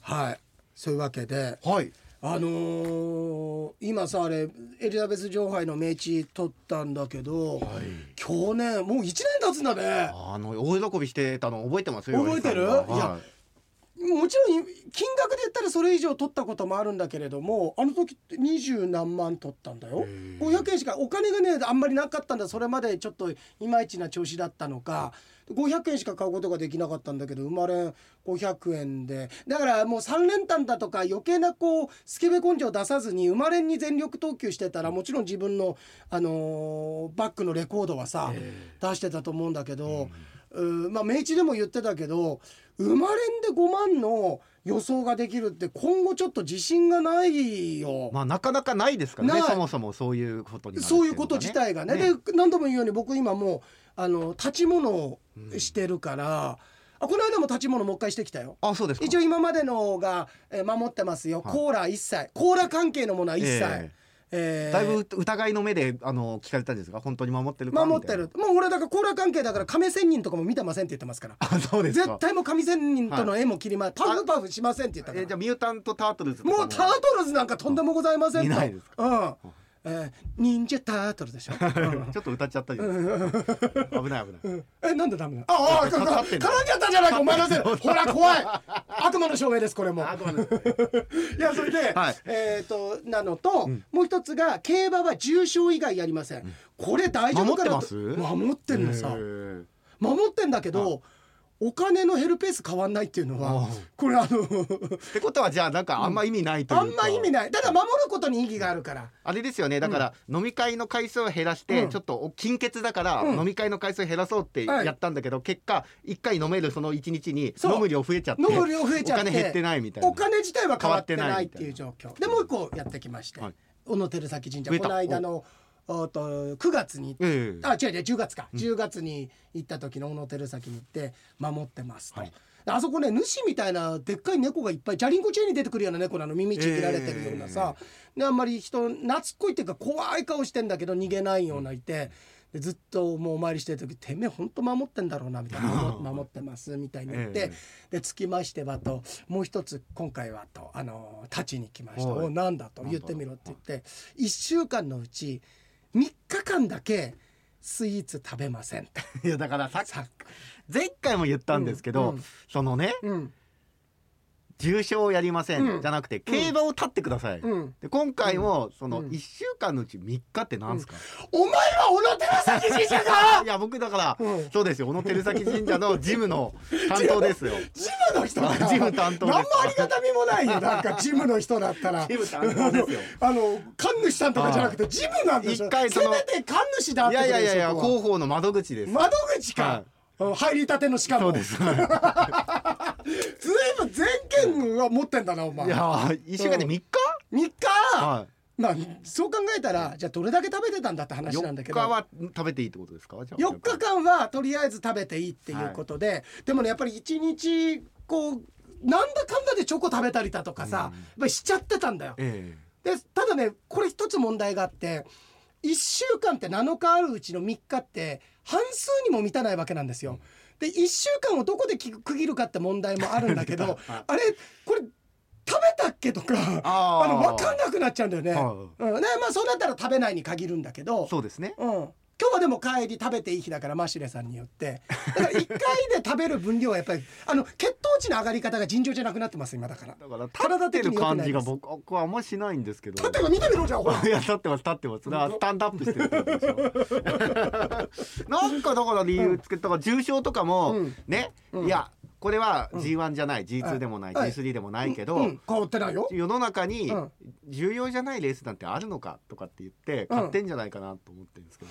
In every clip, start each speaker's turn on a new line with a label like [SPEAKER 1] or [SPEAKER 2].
[SPEAKER 1] はいそういうわけで
[SPEAKER 2] はい
[SPEAKER 1] あのー今さあれエリザベス女王杯の名地取ったんだけど、去年もう1年経つんだね
[SPEAKER 2] あの大喜びしてたの覚えてますよ
[SPEAKER 1] 覚えてる
[SPEAKER 2] 岩井さんが
[SPEAKER 1] いや
[SPEAKER 2] はい
[SPEAKER 1] もちろん金額で言ったらそれ以上取ったこともあるんだけれどもあの時って二十何万取ったんだよ500円しかお金がねあんまりなかったんだそれまでちょっといまいちな調子だったのか500円しか買うことができなかったんだけど生まれん500円でだからもう3連単だとか余計なこうスケベ根性を出さずに生まれんに全力投球してたらもちろん自分の、あのーバックのレコードはさ、出してたと思うんだけど。うんまあ明治でも言ってたけど生まれんで5万の予想ができるって今後ちょっと自信がないよ。
[SPEAKER 2] まあなかなかないですからね
[SPEAKER 1] ない
[SPEAKER 2] そもそもそういうことになるって
[SPEAKER 1] そう
[SPEAKER 2] のがね
[SPEAKER 1] いうこと自体がねで何度も言うように僕今もうあの立ち物をしてるから、あこの間も立ち物もう一回してきたよ。
[SPEAKER 2] あそうですか
[SPEAKER 1] 一応今までのがえー守ってますよ、
[SPEAKER 2] はい
[SPEAKER 1] コーラ一切コーラ関係のものは一切、
[SPEAKER 2] え
[SPEAKER 1] えー
[SPEAKER 2] だいぶ疑いの目であの聞かれたんですが本当に守ってるか
[SPEAKER 1] 守ってるもう俺だからコーラ関係だから亀仙人とかも見てませんって言ってますから
[SPEAKER 2] みたいなあそうですか
[SPEAKER 1] 絶対もう亀仙人との絵も切りま、パフパフしませんって言ったから
[SPEAKER 2] えじゃあミュータントタートルズとか
[SPEAKER 1] もうタートルズなんかとんでもございません
[SPEAKER 2] い
[SPEAKER 1] と。
[SPEAKER 2] ないです
[SPEAKER 1] うん。えー、忍者タートルでし ょ。
[SPEAKER 2] ちょっと歌っ ちゃったじゃないですか危ない危ない
[SPEAKER 1] え、なんでダメなの。ああ、かか絡んじゃったじゃないか、お前 のせいで。ほら、怖い。悪魔の証明です、これも。
[SPEAKER 2] あごめんなさ い
[SPEAKER 1] いやそれで、
[SPEAKER 2] はい
[SPEAKER 1] えっ、となのと、もう一つが競馬は重傷以外やりません、これ大丈夫かなと
[SPEAKER 2] 守ってます
[SPEAKER 1] 守ってんのさ
[SPEAKER 2] へー
[SPEAKER 1] 守ってんだけどお金のヘルペース変わんないっていうのはこれあの
[SPEAKER 2] ってことはじゃあなんかあんま意味ないという
[SPEAKER 1] あ
[SPEAKER 2] か、
[SPEAKER 1] んま意味ないただ守ることに意義があるから
[SPEAKER 2] あれですよねだから飲み会の回数を減らして、
[SPEAKER 1] うん
[SPEAKER 2] ちょっとお金欠だから
[SPEAKER 1] うん
[SPEAKER 2] 飲み会の回数を減らそうって
[SPEAKER 1] はい
[SPEAKER 2] やったんだけど、結果1回飲めるその1日に
[SPEAKER 1] そう
[SPEAKER 2] 飲む量増えちゃって
[SPEAKER 1] 飲む量増えちゃって
[SPEAKER 2] お金減ってないみたいな
[SPEAKER 1] お金自体は変わって
[SPEAKER 2] 変わ
[SPEAKER 1] な
[SPEAKER 2] ってない
[SPEAKER 1] っ
[SPEAKER 2] いみた
[SPEAKER 1] て
[SPEAKER 2] いな
[SPEAKER 1] いう状況でもう一個やってきまして、
[SPEAKER 2] はい
[SPEAKER 1] 小野照崎神社
[SPEAKER 2] 増えた
[SPEAKER 1] この間のおっと9月に、
[SPEAKER 2] ええ
[SPEAKER 1] あ違う違う10月か、10月に行った時の小野照崎に行って守ってますと、
[SPEAKER 2] はい
[SPEAKER 1] あそこね主みたいなでっかい猫がいっぱいじゃりんこ中に出てくるような猫なの耳ちぎられてるようなさ、であんまり人懐っこいっていうか怖い顔してんだけど逃げないようないて。でずっともうお参りしてる時「てめえほんと守ってんだろうな」みたいな「守守ってます」みたいに言って、
[SPEAKER 2] ええ
[SPEAKER 1] でつきましてはともう一つ今回はとあの立ちに来ました「
[SPEAKER 2] はい
[SPEAKER 1] おなんだ?」と言ってみろって言って1週間のうち3日間だけスイーツ食べませんって。
[SPEAKER 2] いやだからさ
[SPEAKER 1] さ
[SPEAKER 2] 前回も言ったんですけど、
[SPEAKER 1] うんうん
[SPEAKER 2] そのね
[SPEAKER 1] うん
[SPEAKER 2] 重賞をやりません、
[SPEAKER 1] うん
[SPEAKER 2] じゃなくて競馬を立ってください、
[SPEAKER 1] うん
[SPEAKER 2] で今回もその
[SPEAKER 1] うん
[SPEAKER 2] 1週間のうち3日ってなんですか、
[SPEAKER 1] お前は小野寺崎神社か
[SPEAKER 2] いや僕だから、
[SPEAKER 1] うん
[SPEAKER 2] そうですよ小野照崎神社のジムの担当ですよ
[SPEAKER 1] ジムの人か
[SPEAKER 2] ジム担当です
[SPEAKER 1] 何もありがたみもないよなんか ジムの人だったら
[SPEAKER 2] ジム担当ですよ
[SPEAKER 1] あの神主さんとかじゃなくてジムなんでしょ
[SPEAKER 2] 一回そ
[SPEAKER 1] せ
[SPEAKER 2] の
[SPEAKER 1] めて神主だって
[SPEAKER 2] い
[SPEAKER 1] こ
[SPEAKER 2] や
[SPEAKER 1] と
[SPEAKER 2] い
[SPEAKER 1] でしょ
[SPEAKER 2] やいやいや
[SPEAKER 1] ここは
[SPEAKER 2] 広報の窓口です、
[SPEAKER 1] 窓口か
[SPEAKER 2] は、
[SPEAKER 1] うん入りたてのしかも
[SPEAKER 2] そうで す
[SPEAKER 1] ずいぶん全権は持ってんだなお前
[SPEAKER 2] いやー一週間で三日、
[SPEAKER 1] 3日、
[SPEAKER 2] は
[SPEAKER 1] まあそう考えたらじゃあどれだけ食べてたんだって
[SPEAKER 2] い。
[SPEAKER 1] 話なん
[SPEAKER 2] 四
[SPEAKER 1] だ
[SPEAKER 2] 日
[SPEAKER 1] けど
[SPEAKER 2] は食べていいってことですか？じゃあ
[SPEAKER 1] 4日。間はとりあえず食べていいっていうことで、でもねやっぱり1日こうなんだかんだでチョコ食べたりだとかさ、やっぱりしちゃってたんだよ。
[SPEAKER 2] え
[SPEAKER 1] でただねこれ一つ問題があって1週間って7日あるうちの3日って半数にも満たないわけなんですよ。で1週間をどこでき区切るかって問題もあるんだけど
[SPEAKER 2] は
[SPEAKER 1] あ
[SPEAKER 2] い
[SPEAKER 1] れこれ食べたっけとか
[SPEAKER 2] あ
[SPEAKER 1] あ
[SPEAKER 2] ー
[SPEAKER 1] の分かんなくなっちゃうんだよね。
[SPEAKER 2] はい
[SPEAKER 1] うん、ねまあそうなったら食べないに限るんだけど
[SPEAKER 2] え。そうですね。
[SPEAKER 1] うん、今日はでも帰り食べていい日だからマシュレさんによってだから1回で食べる分量はやっぱりあの血糖値の上がり方が尋常じゃなくなってます今だから
[SPEAKER 2] だから立ってる感じが僕僕はあんましないんですけど
[SPEAKER 1] 立っ。てるの見てみろじゃんほら
[SPEAKER 2] いや立ってます立ってます。だからスタンドアップしてるって ことでしょ。なんかだから理由つけたから重症とかも
[SPEAKER 1] うん
[SPEAKER 2] ね、いやこれは G1 じゃない、
[SPEAKER 1] はい
[SPEAKER 2] G2 でもない、
[SPEAKER 1] はい
[SPEAKER 2] G3 でもないけど。
[SPEAKER 1] うん、変わってないよ
[SPEAKER 2] 世の中に
[SPEAKER 1] うん
[SPEAKER 2] 重要じゃないレースなんてあるのかとかって言って買ってんじゃないかなと思ってるんですけど、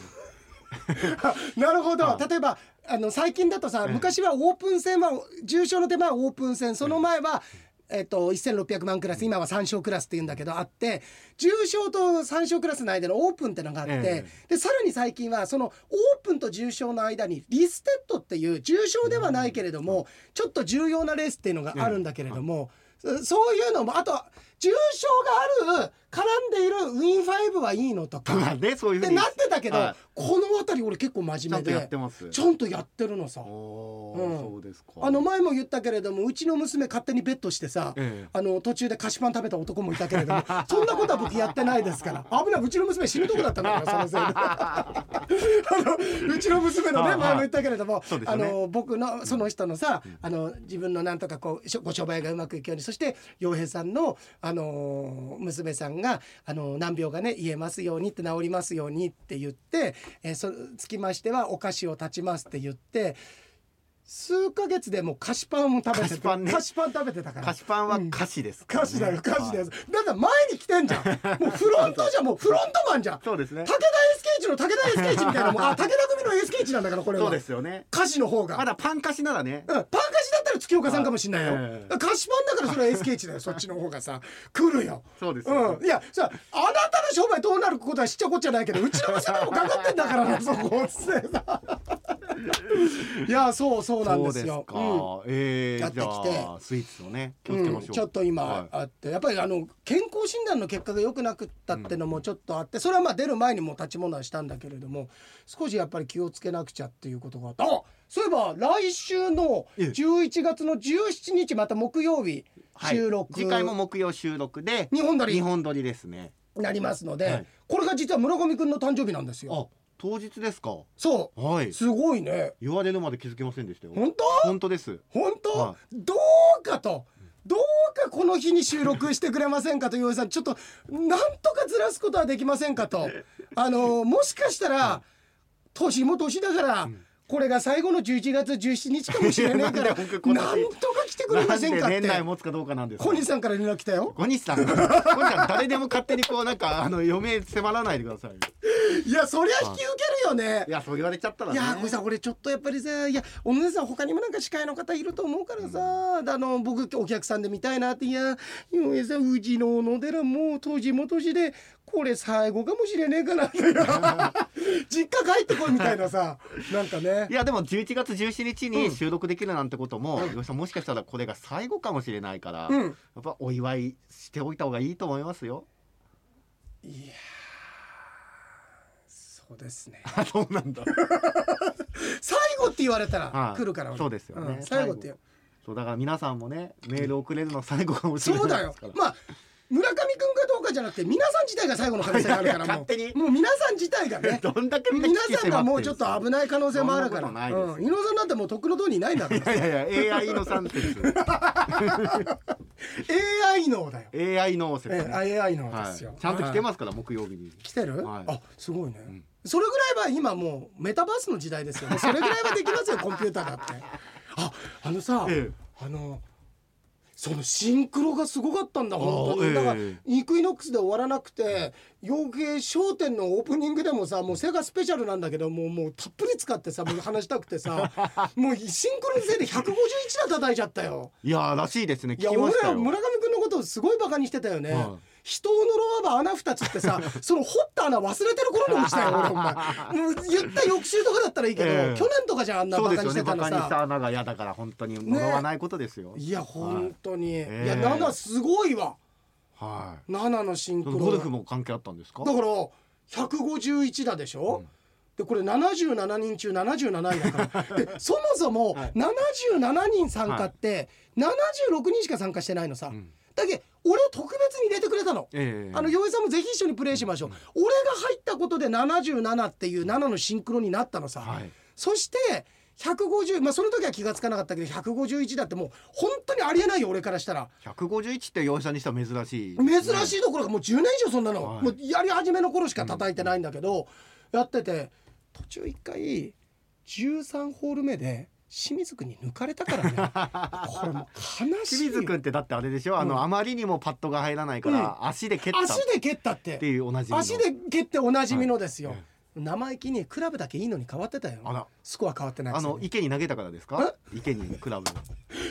[SPEAKER 1] なるほど、
[SPEAKER 2] はい
[SPEAKER 1] 例えばあの最近だとさ、
[SPEAKER 2] ええ
[SPEAKER 1] 昔はオープン戦は重賞の手前はオープン戦その前は、えっと、1600万クラス今は3勝クラスっていうんだけどあって重賞と3勝クラスの間のオープンってのがあって、
[SPEAKER 2] え
[SPEAKER 1] でさらに最近はそのオープンと重賞の間にリステッドっていう重賞ではないけれども、ちょっと重要なレースっていうのがあるんだけれども、そそういうのもあとは重賞がある絡んでいるウィンファイブはいいのと
[SPEAKER 2] と
[SPEAKER 1] か
[SPEAKER 2] かねそういう
[SPEAKER 1] っ
[SPEAKER 2] ふう
[SPEAKER 1] て
[SPEAKER 2] に
[SPEAKER 1] なってたけど、
[SPEAKER 2] は
[SPEAKER 1] この辺り俺結構真
[SPEAKER 2] ちゃ
[SPEAKER 1] 面目
[SPEAKER 2] んと
[SPEAKER 1] で
[SPEAKER 2] やってます
[SPEAKER 1] ちゃんとやってるのさ
[SPEAKER 2] お
[SPEAKER 1] うん
[SPEAKER 2] ーそうですか
[SPEAKER 1] あの前も言ったけれどもうちの娘勝手にベッドしてさ、
[SPEAKER 2] ええ
[SPEAKER 1] あの途中で菓子パン食べた男もいたけれ どもそんなことは僕やってないですから危ないうちの娘死ぬとこだったんだからそのせいであのうちの娘の
[SPEAKER 2] は
[SPEAKER 1] ね
[SPEAKER 2] い
[SPEAKER 1] 前も言ったけれども、
[SPEAKER 2] そうです
[SPEAKER 1] あ
[SPEAKER 2] よね
[SPEAKER 1] の僕のその人のさ、あの自分のなんとかこうしょご商売がうまくいくようにそして洋平さんのあの娘さんがあの難病がね癒えますようにって治りますようにって言って、えーそつきましてはお菓子を断ちますって言って。数ヶ月でもう菓子パンも食べてて
[SPEAKER 2] 菓子パンね
[SPEAKER 1] 菓子パン食べてたから
[SPEAKER 2] 菓子パンは菓子ですから
[SPEAKER 1] 歌
[SPEAKER 2] ね
[SPEAKER 1] 詞だよ歌詞だよ
[SPEAKER 2] は
[SPEAKER 1] だ
[SPEAKER 2] い
[SPEAKER 1] から前に来てん じゃんもうフロントじゃんもうフロントマンじゃん武
[SPEAKER 2] そうですね
[SPEAKER 1] 田 SK 一の武田 SK 一みたいな もんあ武田組の SK 一なんだからこれは
[SPEAKER 2] そうですよね
[SPEAKER 1] 歌詞の方が、
[SPEAKER 2] まだパン菓子ならね
[SPEAKER 1] うん、パン歌詞だったら月岡さんかもしんないよ、
[SPEAKER 2] はいええ
[SPEAKER 1] 菓子パンだからそれは SK 一だよそっちの方がさ来るよ
[SPEAKER 2] そうですよ
[SPEAKER 1] うん、いやさあなたの商売どうなることはしっちゃこっちゃないけどうちの娘もかかってんだからなそ こっつってさいやそうそうなんですよ
[SPEAKER 2] そう
[SPEAKER 1] うん
[SPEAKER 2] かえ
[SPEAKER 1] や
[SPEAKER 2] ー
[SPEAKER 1] って
[SPEAKER 2] じ
[SPEAKER 1] き
[SPEAKER 2] ゃ
[SPEAKER 1] て
[SPEAKER 2] あスイーツをね気をつけましょう
[SPEAKER 1] ちょっと今、
[SPEAKER 2] はい
[SPEAKER 1] あってやっぱりあの健康診断の結果が良くなくったってのもちょっとあって、それはまあ出る前にもう立ち戻りしたんだけれども少しやっぱり気をつけなくちゃっていうことがあったあそういえば来週の
[SPEAKER 2] ええ
[SPEAKER 1] 11月の17日また木曜日
[SPEAKER 2] はい
[SPEAKER 1] 収録、
[SPEAKER 2] 次回も木曜収録で
[SPEAKER 1] 日本撮り
[SPEAKER 2] 日本撮りですね
[SPEAKER 1] になりますので、
[SPEAKER 2] はい
[SPEAKER 1] これが実は村上くんの誕生日なんですよ
[SPEAKER 2] あ当日ですか
[SPEAKER 1] そ
[SPEAKER 2] はいう
[SPEAKER 1] すごいね
[SPEAKER 2] 言われるまで気づきませんでしたよ
[SPEAKER 1] 本当
[SPEAKER 2] 本当です
[SPEAKER 1] 本当、
[SPEAKER 2] は
[SPEAKER 1] どうかとどうかこの日に収録してくれませんかというさんちょっとなんとかずらすことはできませんかとあのもしかしたら年も年だから、これが最後の11月17日かもしれないから
[SPEAKER 2] いやなんで僕こんな
[SPEAKER 1] なんとか来てく
[SPEAKER 2] な
[SPEAKER 1] れ
[SPEAKER 2] ん
[SPEAKER 1] ません
[SPEAKER 2] で
[SPEAKER 1] かって
[SPEAKER 2] 年内持つかどうかなんです
[SPEAKER 1] 小西さんから連絡来たよ
[SPEAKER 2] 小西さん小西さん誰でも勝手にこうなんかあの余命迫らないでください
[SPEAKER 1] いやそりゃ引き受けるよね
[SPEAKER 2] いやそう言われちゃったら
[SPEAKER 1] い
[SPEAKER 2] ね
[SPEAKER 1] やーこれさ俺ちょっとやっぱりさいやお姉さん他にもなんか司会の方いると思うからさ、あの僕お客さんで見たいなっていや井上さんうちの小野寺もう当時も年でこれ最後かもしれねえかなって 実家帰ってこいみたいなさなんかね
[SPEAKER 2] いやでも11月17日
[SPEAKER 1] う
[SPEAKER 2] に
[SPEAKER 1] ん
[SPEAKER 2] 収録できるなんてことも、吉さんもしかしたらこれが最後かもしれないから、
[SPEAKER 1] うん
[SPEAKER 2] やっぱお祝いしておいた方がいいと思いますよ。
[SPEAKER 1] そうですね
[SPEAKER 2] あそうなんだ。
[SPEAKER 1] 最後って言われたら
[SPEAKER 2] はい
[SPEAKER 1] 来るから俺
[SPEAKER 2] そうですよね
[SPEAKER 1] ん最後ってよ
[SPEAKER 2] そうだから皆さんもねメール送れるの最後かもしれ
[SPEAKER 1] そう
[SPEAKER 2] な
[SPEAKER 1] だ
[SPEAKER 2] いで
[SPEAKER 1] よ
[SPEAKER 2] すから。
[SPEAKER 1] まあ村上くんかどうかじゃなくて皆さん自体が最後の可能性があるから
[SPEAKER 2] いやいや
[SPEAKER 1] も
[SPEAKER 2] 勝手に
[SPEAKER 1] うもう皆さん自体がね
[SPEAKER 2] どんだけみんな
[SPEAKER 1] 皆
[SPEAKER 2] 聞き迫
[SPEAKER 1] さん
[SPEAKER 2] ってんです
[SPEAKER 1] が
[SPEAKER 2] か
[SPEAKER 1] もうちょっと危ない可能性もあるから、
[SPEAKER 2] そんなことない
[SPEAKER 1] うん、井上さんなんてもうとっくの塔にいないんだ から
[SPEAKER 2] いやいやいや AI の3説
[SPEAKER 1] AI のだよ、
[SPEAKER 2] AI の説、
[SPEAKER 1] え
[SPEAKER 2] ね
[SPEAKER 1] え AI の
[SPEAKER 2] は
[SPEAKER 1] で
[SPEAKER 2] い、
[SPEAKER 1] す
[SPEAKER 2] ち
[SPEAKER 1] よ、
[SPEAKER 2] ゃんと来
[SPEAKER 1] は
[SPEAKER 2] て
[SPEAKER 1] い
[SPEAKER 2] ますから、木曜日に。
[SPEAKER 1] 来てる、
[SPEAKER 2] はい
[SPEAKER 1] あすごいね、
[SPEAKER 2] ん
[SPEAKER 1] それぐらいは今もうメタバースの時代 ですよねそれぐらいはできますよコンピューターだってああのさ、
[SPEAKER 2] ええ
[SPEAKER 1] あのそのシンクロがすごかったんだ本当
[SPEAKER 2] あ
[SPEAKER 1] に
[SPEAKER 2] あ
[SPEAKER 1] だから、
[SPEAKER 2] ええ
[SPEAKER 1] イクイノックスで終わらなくて「洋芸商店」のオープニングでもさもうセガスペシャルなんだけどもうもうたっぷり使ってさもう話したくて さもうシンクロのせいで151打叩いちゃったよ。
[SPEAKER 2] いやーらしいですね。
[SPEAKER 1] い
[SPEAKER 2] 聞
[SPEAKER 1] や
[SPEAKER 2] きま
[SPEAKER 1] 俺
[SPEAKER 2] した
[SPEAKER 1] ら
[SPEAKER 2] よ。
[SPEAKER 1] 村上君のことすごいバカにしてたよね、
[SPEAKER 2] はい
[SPEAKER 1] 人を呪わば穴二つってさ その掘った穴忘れてる頃にも したよ俺お前もう言った翌週とかだったらいいけど、
[SPEAKER 2] ええ
[SPEAKER 1] 去年とかじゃんあんな
[SPEAKER 2] そう
[SPEAKER 1] バ
[SPEAKER 2] で
[SPEAKER 1] カ
[SPEAKER 2] す
[SPEAKER 1] にし
[SPEAKER 2] よ
[SPEAKER 1] て
[SPEAKER 2] ね。
[SPEAKER 1] た
[SPEAKER 2] バ
[SPEAKER 1] の
[SPEAKER 2] カにし
[SPEAKER 1] さ、
[SPEAKER 2] た穴が嫌だから本当に呪わないことですよ。
[SPEAKER 1] いや本当に、
[SPEAKER 2] ええ
[SPEAKER 1] いや7すごいわ
[SPEAKER 2] は
[SPEAKER 1] 7のシン
[SPEAKER 2] い。
[SPEAKER 1] ク
[SPEAKER 2] そ
[SPEAKER 1] ロ
[SPEAKER 2] のゴルフも関係あったんですか。
[SPEAKER 1] だから151打でしょ、でこれ77人中77位だか らでそもそも
[SPEAKER 2] はい
[SPEAKER 1] 77人参加って76人しか参加してないのさ、
[SPEAKER 2] ん
[SPEAKER 1] だけど俺を特別に入れてくれたの。
[SPEAKER 2] ええ
[SPEAKER 1] あの洋平さんもぜひ一緒にプレーしましょう、俺が入ったことで77っていう7のシンクロになったのさ、
[SPEAKER 2] はい
[SPEAKER 1] そして150まあその時は気がつかなかったけど151だってもう本当にありえないよ俺からしたら
[SPEAKER 2] 151って洋さんにしては珍しいですね、
[SPEAKER 1] 珍しいどころかもう10年以上そんなの、
[SPEAKER 2] はい
[SPEAKER 1] もうやり始めの頃しか叩いてないんだけど、やってて途中一回13ホール目で清水君に抜かれたからね これもう悲しい
[SPEAKER 2] 清水君ってだってあれでしょあの、あまりにもパッドが入らないから、足で蹴ったっ
[SPEAKER 1] 足で蹴ったって
[SPEAKER 2] ていうおなじみの
[SPEAKER 1] 足で蹴っておなじみのですよ、
[SPEAKER 2] はい
[SPEAKER 1] 生意気にクラブだけいいのに変わってたよ
[SPEAKER 2] あら
[SPEAKER 1] スコア変わってないく
[SPEAKER 2] あ
[SPEAKER 1] せに
[SPEAKER 2] の池に投げたからですか池にクラブ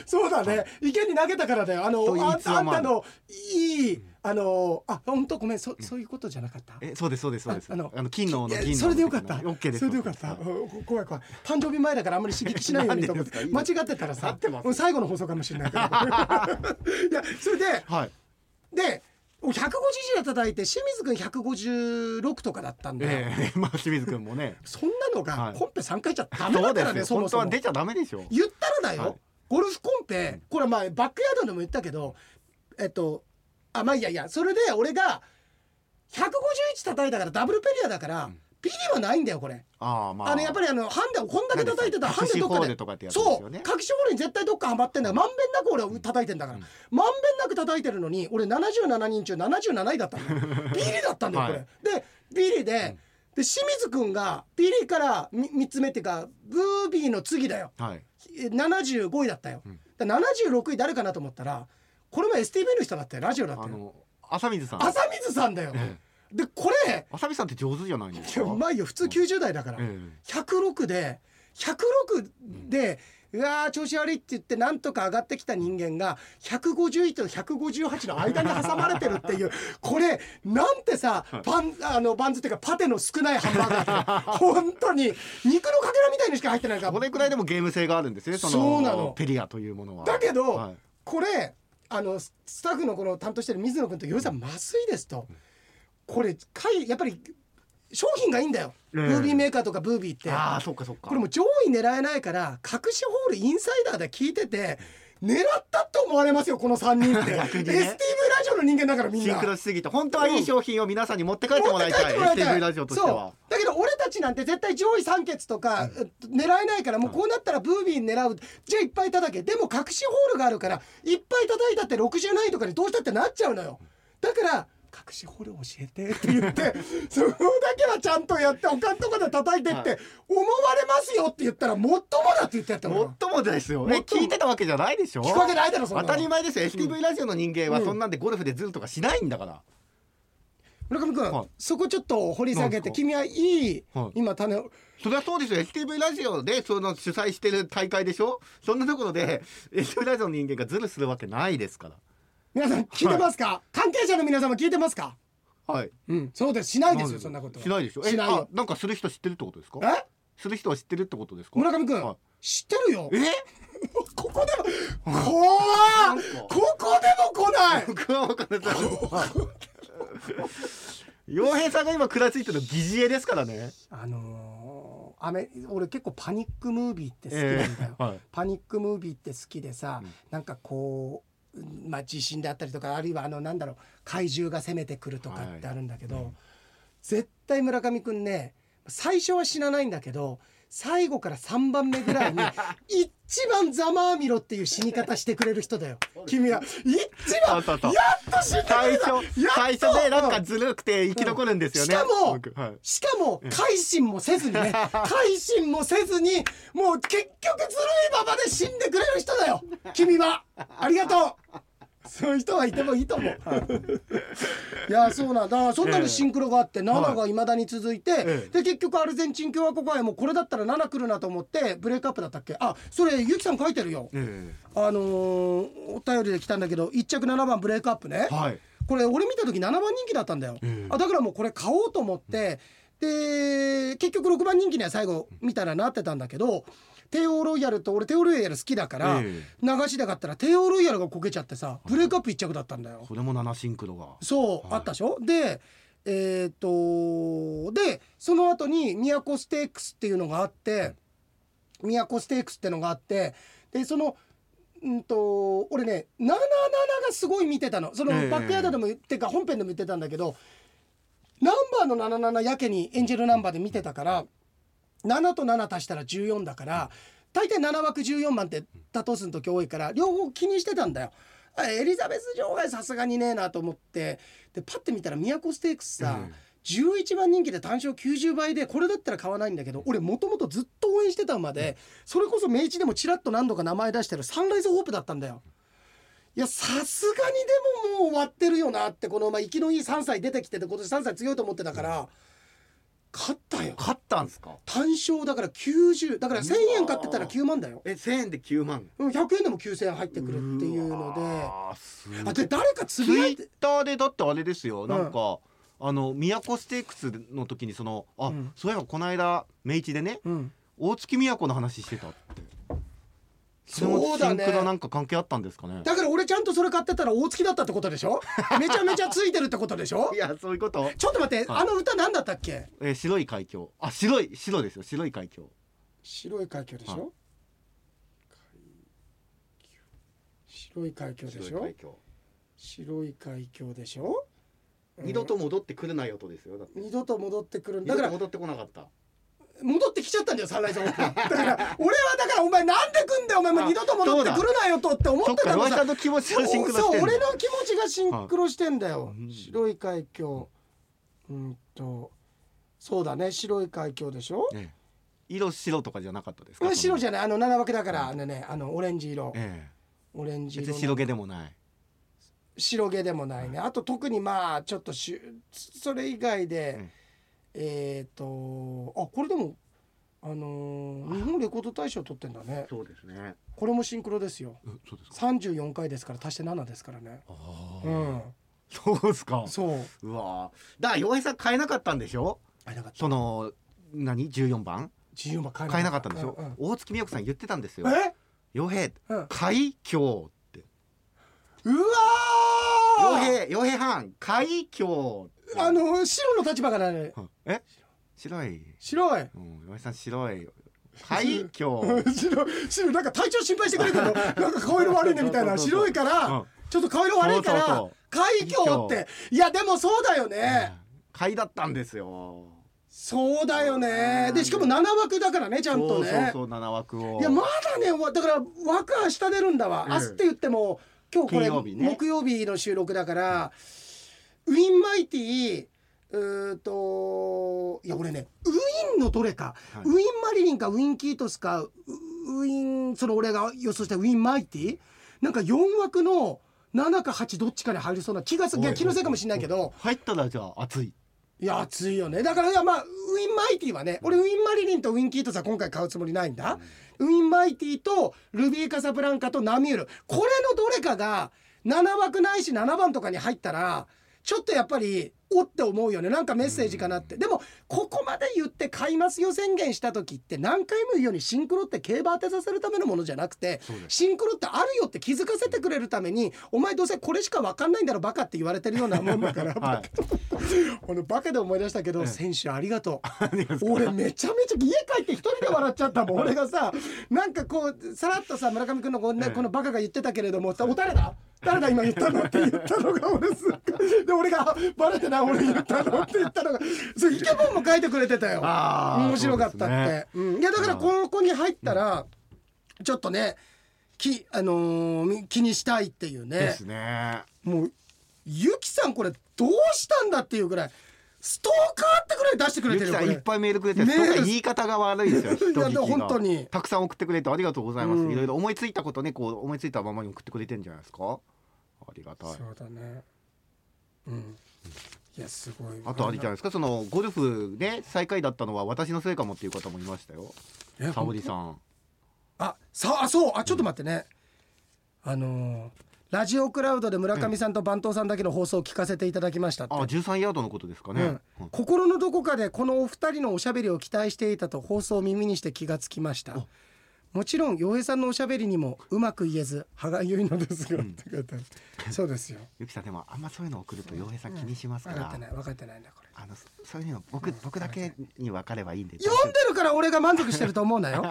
[SPEAKER 1] そうだね池に投げたからだよあの
[SPEAKER 2] そういう
[SPEAKER 1] あ
[SPEAKER 2] 逸話
[SPEAKER 1] あん
[SPEAKER 2] もあ
[SPEAKER 1] た
[SPEAKER 2] る
[SPEAKER 1] のいいあのあ本当ごめんそそういうことじゃなかった
[SPEAKER 2] えそうですそうですそうです
[SPEAKER 1] ああ
[SPEAKER 2] あ
[SPEAKER 1] の
[SPEAKER 2] の金の
[SPEAKER 1] い
[SPEAKER 2] の
[SPEAKER 1] や
[SPEAKER 2] 金の
[SPEAKER 1] それでよかった。
[SPEAKER 2] オッケーです
[SPEAKER 1] それでよかった。うん怖い怖い。誕生日前だからあんまり刺激しないようにと思って。
[SPEAKER 2] なんで
[SPEAKER 1] 間違
[SPEAKER 2] ですか
[SPEAKER 1] ってたら
[SPEAKER 2] 合
[SPEAKER 1] さ
[SPEAKER 2] ってます、
[SPEAKER 1] もう最後の放送かもしれないから。いや、それで、
[SPEAKER 2] はい
[SPEAKER 1] で、 150試合叩いて清水君156とかだったんで、
[SPEAKER 2] え えまあ清水君もね
[SPEAKER 1] そんなの
[SPEAKER 2] は
[SPEAKER 1] が
[SPEAKER 2] い
[SPEAKER 1] コンペ3回じゃダメだからね
[SPEAKER 2] よ
[SPEAKER 1] そも
[SPEAKER 2] 本当
[SPEAKER 1] そも
[SPEAKER 2] は出ちゃダメでしょ
[SPEAKER 1] 言ったらだよ、
[SPEAKER 2] はい
[SPEAKER 1] ゴルフコンペこれまあバックヤードでも言ったけどえっとあまあいいやいやそれで俺が151叩いたからダブルペリアだから、ピリはないんだよこれ
[SPEAKER 2] ああまあ
[SPEAKER 1] あのやっぱりあのハンデをこんだけ叩いてたらハンデどっか
[SPEAKER 2] 隠しホー
[SPEAKER 1] で
[SPEAKER 2] ルとかってやつです
[SPEAKER 1] そう
[SPEAKER 2] よね
[SPEAKER 1] 隠しホールに絶対どっかはまってんだよまんべんなく俺は叩いてんだからまんべんなく叩いてるのに俺77人中77位だったんだ よビリだったんだよこれ、
[SPEAKER 2] はい
[SPEAKER 1] でビリでで清水君がビリから3つ目っていうかブービーの次だよ
[SPEAKER 2] はい
[SPEAKER 1] え75位だったよ、だから76位誰かなと思ったらこれも STV の人だったよラジオだった
[SPEAKER 2] あ
[SPEAKER 1] よ
[SPEAKER 2] の浅水さん
[SPEAKER 1] 浅水さんだよ、でこれ
[SPEAKER 2] 浅水さんって上手じゃないんで
[SPEAKER 1] い
[SPEAKER 2] す
[SPEAKER 1] や
[SPEAKER 2] か
[SPEAKER 1] うまいよ普通90代だから、
[SPEAKER 2] ええ
[SPEAKER 1] 106で106で、うわー調子悪いって言ってなんとか上がってきた人間が150位と158の間に挟まれてるっていうこれなんてさパンあのバンズっていうかパテの少ないハンバーガー って本当に肉のかけらみたいにしか入ってないから
[SPEAKER 2] これくらいでもゲーム性があるんですねその
[SPEAKER 1] そうなの
[SPEAKER 2] ペリアというものは
[SPEAKER 1] だけど、
[SPEAKER 2] はい
[SPEAKER 1] これあのススタッフのこの担当してる水野君と「よさんまずいです」と「これかいやっぱり商品がいいんだよ、
[SPEAKER 2] ええ
[SPEAKER 1] ブービーメーカーとかブービーって
[SPEAKER 2] ああそっかそっか
[SPEAKER 1] これもう上位狙えないから隠しホールインサイダーで聞いてて狙ったと思われますよこの3人って、
[SPEAKER 2] 逆
[SPEAKER 1] STV
[SPEAKER 2] に
[SPEAKER 1] ラ
[SPEAKER 2] ね
[SPEAKER 1] ジオの人間だからみん
[SPEAKER 2] シ
[SPEAKER 1] な。
[SPEAKER 2] ンクロしすぎて本当はいい商品を皆さんに持って帰ってもらいたい
[SPEAKER 1] 持って帰ってもらい
[SPEAKER 2] STV
[SPEAKER 1] たい
[SPEAKER 2] ラジオとしては
[SPEAKER 1] そうだけど俺たちなんて絶対上位3決とか、狙えないからもうこうなったらブービー狙うじゃあいっぱい叩けでも隠しホールがあるからいっぱい叩いたって60ないとかにどうしたってなっちゃうのよだから隠しホール教えてって言って そこだけはちゃんとやって他のとこで叩いてっ
[SPEAKER 2] は
[SPEAKER 1] て思われますよって言ったらもっともだって言ってやったの
[SPEAKER 2] もっ
[SPEAKER 1] よ
[SPEAKER 2] ともですよ
[SPEAKER 1] も
[SPEAKER 2] え
[SPEAKER 1] っとも
[SPEAKER 2] 聞いてたわけじゃないでしょ
[SPEAKER 1] 聞くわけないだろそんな
[SPEAKER 2] 当
[SPEAKER 1] の
[SPEAKER 2] たり前ですよ STV ラジオの人間は
[SPEAKER 1] うん
[SPEAKER 2] そんなんでゴルフでズルとかしないんだから
[SPEAKER 1] 村上君、
[SPEAKER 2] はい
[SPEAKER 1] そこちょっと掘り下げ
[SPEAKER 2] な
[SPEAKER 1] て
[SPEAKER 2] んですか
[SPEAKER 1] 君はいい、
[SPEAKER 2] はい
[SPEAKER 1] 今種を
[SPEAKER 2] そりゃそうですよ STV ラジオでその主催してる大会でしょそんなところで STV ラジオの人間がズルするわけないですから
[SPEAKER 1] 皆さん聞いてますか、関係者の皆様聞いてますか
[SPEAKER 2] はい
[SPEAKER 1] うん、そうです。しないですよ、そんなことは。
[SPEAKER 2] しないでしょえ
[SPEAKER 1] しない
[SPEAKER 2] あ
[SPEAKER 1] よ。
[SPEAKER 2] なんかする人知ってるってことですか
[SPEAKER 1] え
[SPEAKER 2] する人は知ってるってことですか
[SPEAKER 1] 村上君、
[SPEAKER 2] はい
[SPEAKER 1] 知ってるよ。
[SPEAKER 2] え
[SPEAKER 1] ここでも、こ
[SPEAKER 2] なんか
[SPEAKER 1] ーここでも来ない
[SPEAKER 2] 僕は分かんない洋平さんが今くらついてるの疑似絵ですからね
[SPEAKER 1] あのー、あめ俺結構パニックムービーって好きなんだよ、
[SPEAKER 2] ええはい
[SPEAKER 1] パニックムービーって好きでさ、なんかこううんまあ地震であったりとかあるいはあのなんだろう怪獣が攻めてくるとかってあるんだけど、絶対村上くんね最初は死なないんだけど最後から3番目ぐらい に一番ざまあみろっていう死に方してくれる人だよ君は一番
[SPEAKER 2] あそうそう
[SPEAKER 1] やっと死んでく
[SPEAKER 2] 最
[SPEAKER 1] れた
[SPEAKER 2] 初
[SPEAKER 1] やっと
[SPEAKER 2] 最初でなんかずるくて生き残るんですよね、
[SPEAKER 1] しかも、
[SPEAKER 2] 僕はい
[SPEAKER 1] しかも改心もせずにね改心もせずにもう結局ずるいままで死んでくれる人だよ君はありがとうそういう人はいてもいいと思ういやそうなんだからそんなにシンクロがあって7がいまだに続いて、
[SPEAKER 2] ええ
[SPEAKER 1] で結局アルゼンチン共和国はもうこれだったら7来るなと思ってブレイクアップだったっけあそれゆきさん書いてるよ、
[SPEAKER 2] え
[SPEAKER 1] あのーお便りで来たんだけど1着7番ブレイクアップね、
[SPEAKER 2] えはい
[SPEAKER 1] これ俺見た時7番人気だったんだよ、
[SPEAKER 2] ん
[SPEAKER 1] あだからもうこれ買おうと思って、で結局6番人気には最後見たらなってたんだけどテオロイヤルと俺テオロイヤル好きだから、
[SPEAKER 2] え
[SPEAKER 1] 流しで買ったらテオロイヤルがこけちゃってさブレイクアップ一着だったんだよ。
[SPEAKER 2] これも七シンクロが
[SPEAKER 1] そう、
[SPEAKER 2] はい
[SPEAKER 1] あったでしょでえーっとでその後に宮古ステークスっていうのがあって宮古ステークスってのがあってでそのうんと俺ね77がすごい見てたのその
[SPEAKER 2] ええ
[SPEAKER 1] バックヤードでも、ってか本編でも言ってたんだけどナンバーの77やけにエンジェルナンバーで見てたから7と7足したら14だから大体7枠14番って多頭数の時多いから両方気にしてたんだよ。あエリザベス女王がさすがにねえなと思ってでパッて見たら宮古ステークスさ、
[SPEAKER 2] ええ
[SPEAKER 1] 11番人気で単勝90倍でこれだったら買わないんだけど俺もともとずっと応援してた馬でそれこそ明治でもちらっと何度か名前出してるサンライズホープだったんだよ。いやさすがにでももう終わってるよなってこのまあ生きのいい3歳出てきてて今年3歳強いと思ってたから勝ったよ
[SPEAKER 2] 勝ったんですか
[SPEAKER 1] 単勝だから90だから1000円買ってたら9万だよ
[SPEAKER 2] え千円で九万
[SPEAKER 1] うん100円でも9000円入ってくるっていうので
[SPEAKER 2] あす
[SPEAKER 1] あで誰かつ
[SPEAKER 2] ツイ
[SPEAKER 1] ぶやいて
[SPEAKER 2] ッターでだってあれですよ、なんかあの宮古ステークスの時にそのあ、
[SPEAKER 1] うん
[SPEAKER 2] そういえばこの間明治でね
[SPEAKER 1] うん
[SPEAKER 2] 大月宮古の話してたってそれも
[SPEAKER 1] そうだね
[SPEAKER 2] シンクロなんか関係あったんですかね
[SPEAKER 1] だから俺ちゃんとそれ買ってたら大月だったってことでしょめちゃめちゃついてるってことでしょ
[SPEAKER 2] いやそういうこと、
[SPEAKER 1] ちょっと待って、
[SPEAKER 2] はい
[SPEAKER 1] あの歌何だったっけ
[SPEAKER 2] えー白い海峡あ白い白ですよ白い海峡
[SPEAKER 1] 白い海峡でしょ、
[SPEAKER 2] はい
[SPEAKER 1] 白い海峡でし
[SPEAKER 2] 白い
[SPEAKER 1] ょ
[SPEAKER 2] 海峡
[SPEAKER 1] 白い海峡でしょ
[SPEAKER 2] 二度と戻ってくるなよとですよだって
[SPEAKER 1] 二度と戻ってくるんだ
[SPEAKER 2] だか
[SPEAKER 1] からら
[SPEAKER 2] 戻ってこなかった
[SPEAKER 1] 戻ってきちゃったんだよサンライズオープンだから俺はだからお前なんで来んだよお前お前
[SPEAKER 2] あ
[SPEAKER 1] 二度と戻ってくるなよとって思っ
[SPEAKER 2] そって
[SPEAKER 1] た
[SPEAKER 2] か
[SPEAKER 1] の
[SPEAKER 2] 岩井
[SPEAKER 1] さ
[SPEAKER 2] さんの気持ち
[SPEAKER 1] そ
[SPEAKER 2] が
[SPEAKER 1] う
[SPEAKER 2] シンクロして
[SPEAKER 1] そ
[SPEAKER 2] る
[SPEAKER 1] う俺の気持ちがシンクロしてんだよ、
[SPEAKER 2] はい
[SPEAKER 1] 白い海峡うんとそうだね白い海峡でしょ
[SPEAKER 2] ええ色白とかじゃなかったです
[SPEAKER 1] う
[SPEAKER 2] か
[SPEAKER 1] ん白じ
[SPEAKER 2] ゃ
[SPEAKER 1] ゃないあの七分けだからあのねあのオレンジ色
[SPEAKER 2] え
[SPEAKER 1] オレン
[SPEAKER 2] え
[SPEAKER 1] ジ
[SPEAKER 2] 別
[SPEAKER 1] 色
[SPEAKER 2] に
[SPEAKER 1] の
[SPEAKER 2] 白毛でもない
[SPEAKER 1] 白毛でもないねあと特にまあちょっとしゅそれ以外で、
[SPEAKER 2] うん
[SPEAKER 1] えっ、とあこれでもあのー日本レコード大賞取ってんだね
[SPEAKER 2] そうですね
[SPEAKER 1] これもシンクロですよ
[SPEAKER 2] そうです
[SPEAKER 1] 34回ですから足して7ですからね
[SPEAKER 2] あ
[SPEAKER 1] う
[SPEAKER 2] あ
[SPEAKER 1] ん
[SPEAKER 2] そうですか
[SPEAKER 1] そう
[SPEAKER 2] うわーだから岩井さん買えなかったんでしょ
[SPEAKER 1] あなかった
[SPEAKER 2] その何14番
[SPEAKER 1] 自由馬買
[SPEAKER 2] 買えなかったんでしょ、
[SPEAKER 1] うんうん
[SPEAKER 2] 大月美代子さん言ってたんですよ
[SPEAKER 1] え
[SPEAKER 2] 洋平
[SPEAKER 1] うん
[SPEAKER 2] 海峡って
[SPEAKER 1] うわ
[SPEAKER 2] 洋
[SPEAKER 1] ー
[SPEAKER 2] 平洋平藩海峡
[SPEAKER 1] あの白の立場からね
[SPEAKER 2] うんえ白い
[SPEAKER 1] 白い
[SPEAKER 2] うん岩井さん白い海峡
[SPEAKER 1] 白い白いなんか体調心配してくれ てるのなんか顔色悪いねみたいな
[SPEAKER 2] そうそう
[SPEAKER 1] 白
[SPEAKER 2] そうそう
[SPEAKER 1] いから、
[SPEAKER 2] うん
[SPEAKER 1] ちょっと顔色悪いか
[SPEAKER 2] そう
[SPEAKER 1] ら
[SPEAKER 2] そう
[SPEAKER 1] 海峡っていやでもそうだよね、
[SPEAKER 2] 買いだったんですよ
[SPEAKER 1] そうだよねでしかも7枠だからねちゃんとね
[SPEAKER 2] そうそうそう7枠を
[SPEAKER 1] いやまだねわだから枠は下出るんだわ、
[SPEAKER 2] ええ
[SPEAKER 1] 明日って言っても今日これ
[SPEAKER 2] 金曜日ね
[SPEAKER 1] 木曜日の収録だから、ウィンマイティうーといや俺ねウィンのどれか、
[SPEAKER 2] はい
[SPEAKER 1] ウィンマリリンかウィンキートスかウウィンその俺が予想したウィンマイティなんか4枠の7か8どっちかに入りそうな気がするいや気のせいかもしれないけど
[SPEAKER 2] 入ったらじゃあ熱い
[SPEAKER 1] いや熱いよねだからいやまあウィンマイティはね俺ウィンマリリンとウィンキートスは今回買うつもりないんだ、ウィンマイティとルビー・カサブランカとナミュールこれのどれかが7枠ないし7番とかに入ったらちょっとやっぱりおって思うよねなんかメッセージかなって、でもここまで言って買いますよ宣言した時って何回も言うようにシンクロって競馬当てさせるためのものじゃなくて
[SPEAKER 2] そうです
[SPEAKER 1] シンクロってあるよって気づかせてくれるためにお前どうせこれしか分かんないんだろバカって言われてるようなもんだから、
[SPEAKER 2] は
[SPEAKER 1] このバカで思い出したけど、
[SPEAKER 2] ええ
[SPEAKER 1] 選手ありがと
[SPEAKER 2] 何がです
[SPEAKER 1] う。
[SPEAKER 2] か
[SPEAKER 1] 俺めちゃめちゃ家帰って一人で笑っちゃったもん。俺がさ、なんかこうさらっとさ村上君のこ,、ね
[SPEAKER 2] ええ
[SPEAKER 1] このバカが言ってたけれども、お誰だ？誰だ今言ったのって言ったのが俺すっごいで俺がバレてない俺言ったのって言ったのがそうイケボンも書いてくれてたよ
[SPEAKER 2] あ ー
[SPEAKER 1] 面白かったって
[SPEAKER 2] そう
[SPEAKER 1] う、
[SPEAKER 2] ですね
[SPEAKER 1] ん、いやだからここに入ったら、ちょっとねき、あのー気にしたいっていう
[SPEAKER 2] で
[SPEAKER 1] ね
[SPEAKER 2] すね
[SPEAKER 1] もうゆきさんこれどうしたんだっていうぐらいストーカーってぐらい出してくれ
[SPEAKER 2] ゆ
[SPEAKER 1] て
[SPEAKER 2] き
[SPEAKER 1] るよ
[SPEAKER 2] さ
[SPEAKER 1] こ
[SPEAKER 2] んい
[SPEAKER 1] れ
[SPEAKER 2] っぱいメールくれてる
[SPEAKER 1] メール
[SPEAKER 2] なんか言い方が悪いですよ人聞きが
[SPEAKER 1] いや本当に
[SPEAKER 2] たくさん送ってくれてありがとうございます、
[SPEAKER 1] うん
[SPEAKER 2] いろいろ思いついたことねこう思いついたままに送ってくれてんじゃないですかありがたい
[SPEAKER 1] そうだねうんいやすごい
[SPEAKER 2] あとあれじゃないですかそのゴルフね最下位だったのは私のせいかもっていう方もいましたよ
[SPEAKER 1] え
[SPEAKER 2] 沙織さん
[SPEAKER 1] あさあそうあちょっと待ってね、あのーラジオクラウドで村上さんと番頭さんだけの放送を聞かせていただきましたって
[SPEAKER 2] あ13ヤードのことですかね、
[SPEAKER 1] う
[SPEAKER 2] うんん
[SPEAKER 1] 心のどこかでこのお二人のおしゃべりを期待していたと放送を耳にして気がつきましたもちろん洋平さんのおしゃべりにもうまく言えず歯がゆいのですが、って書いて あるそうですよ
[SPEAKER 2] ゆきさんでもあんまそういうの送ると洋平さん気にしますか
[SPEAKER 1] 分
[SPEAKER 2] ら、
[SPEAKER 1] かってない分かってないなこれ
[SPEAKER 2] あのそそういうの僕僕だけに分かればいいんで
[SPEAKER 1] 読んでるから俺が満足してると思うなよ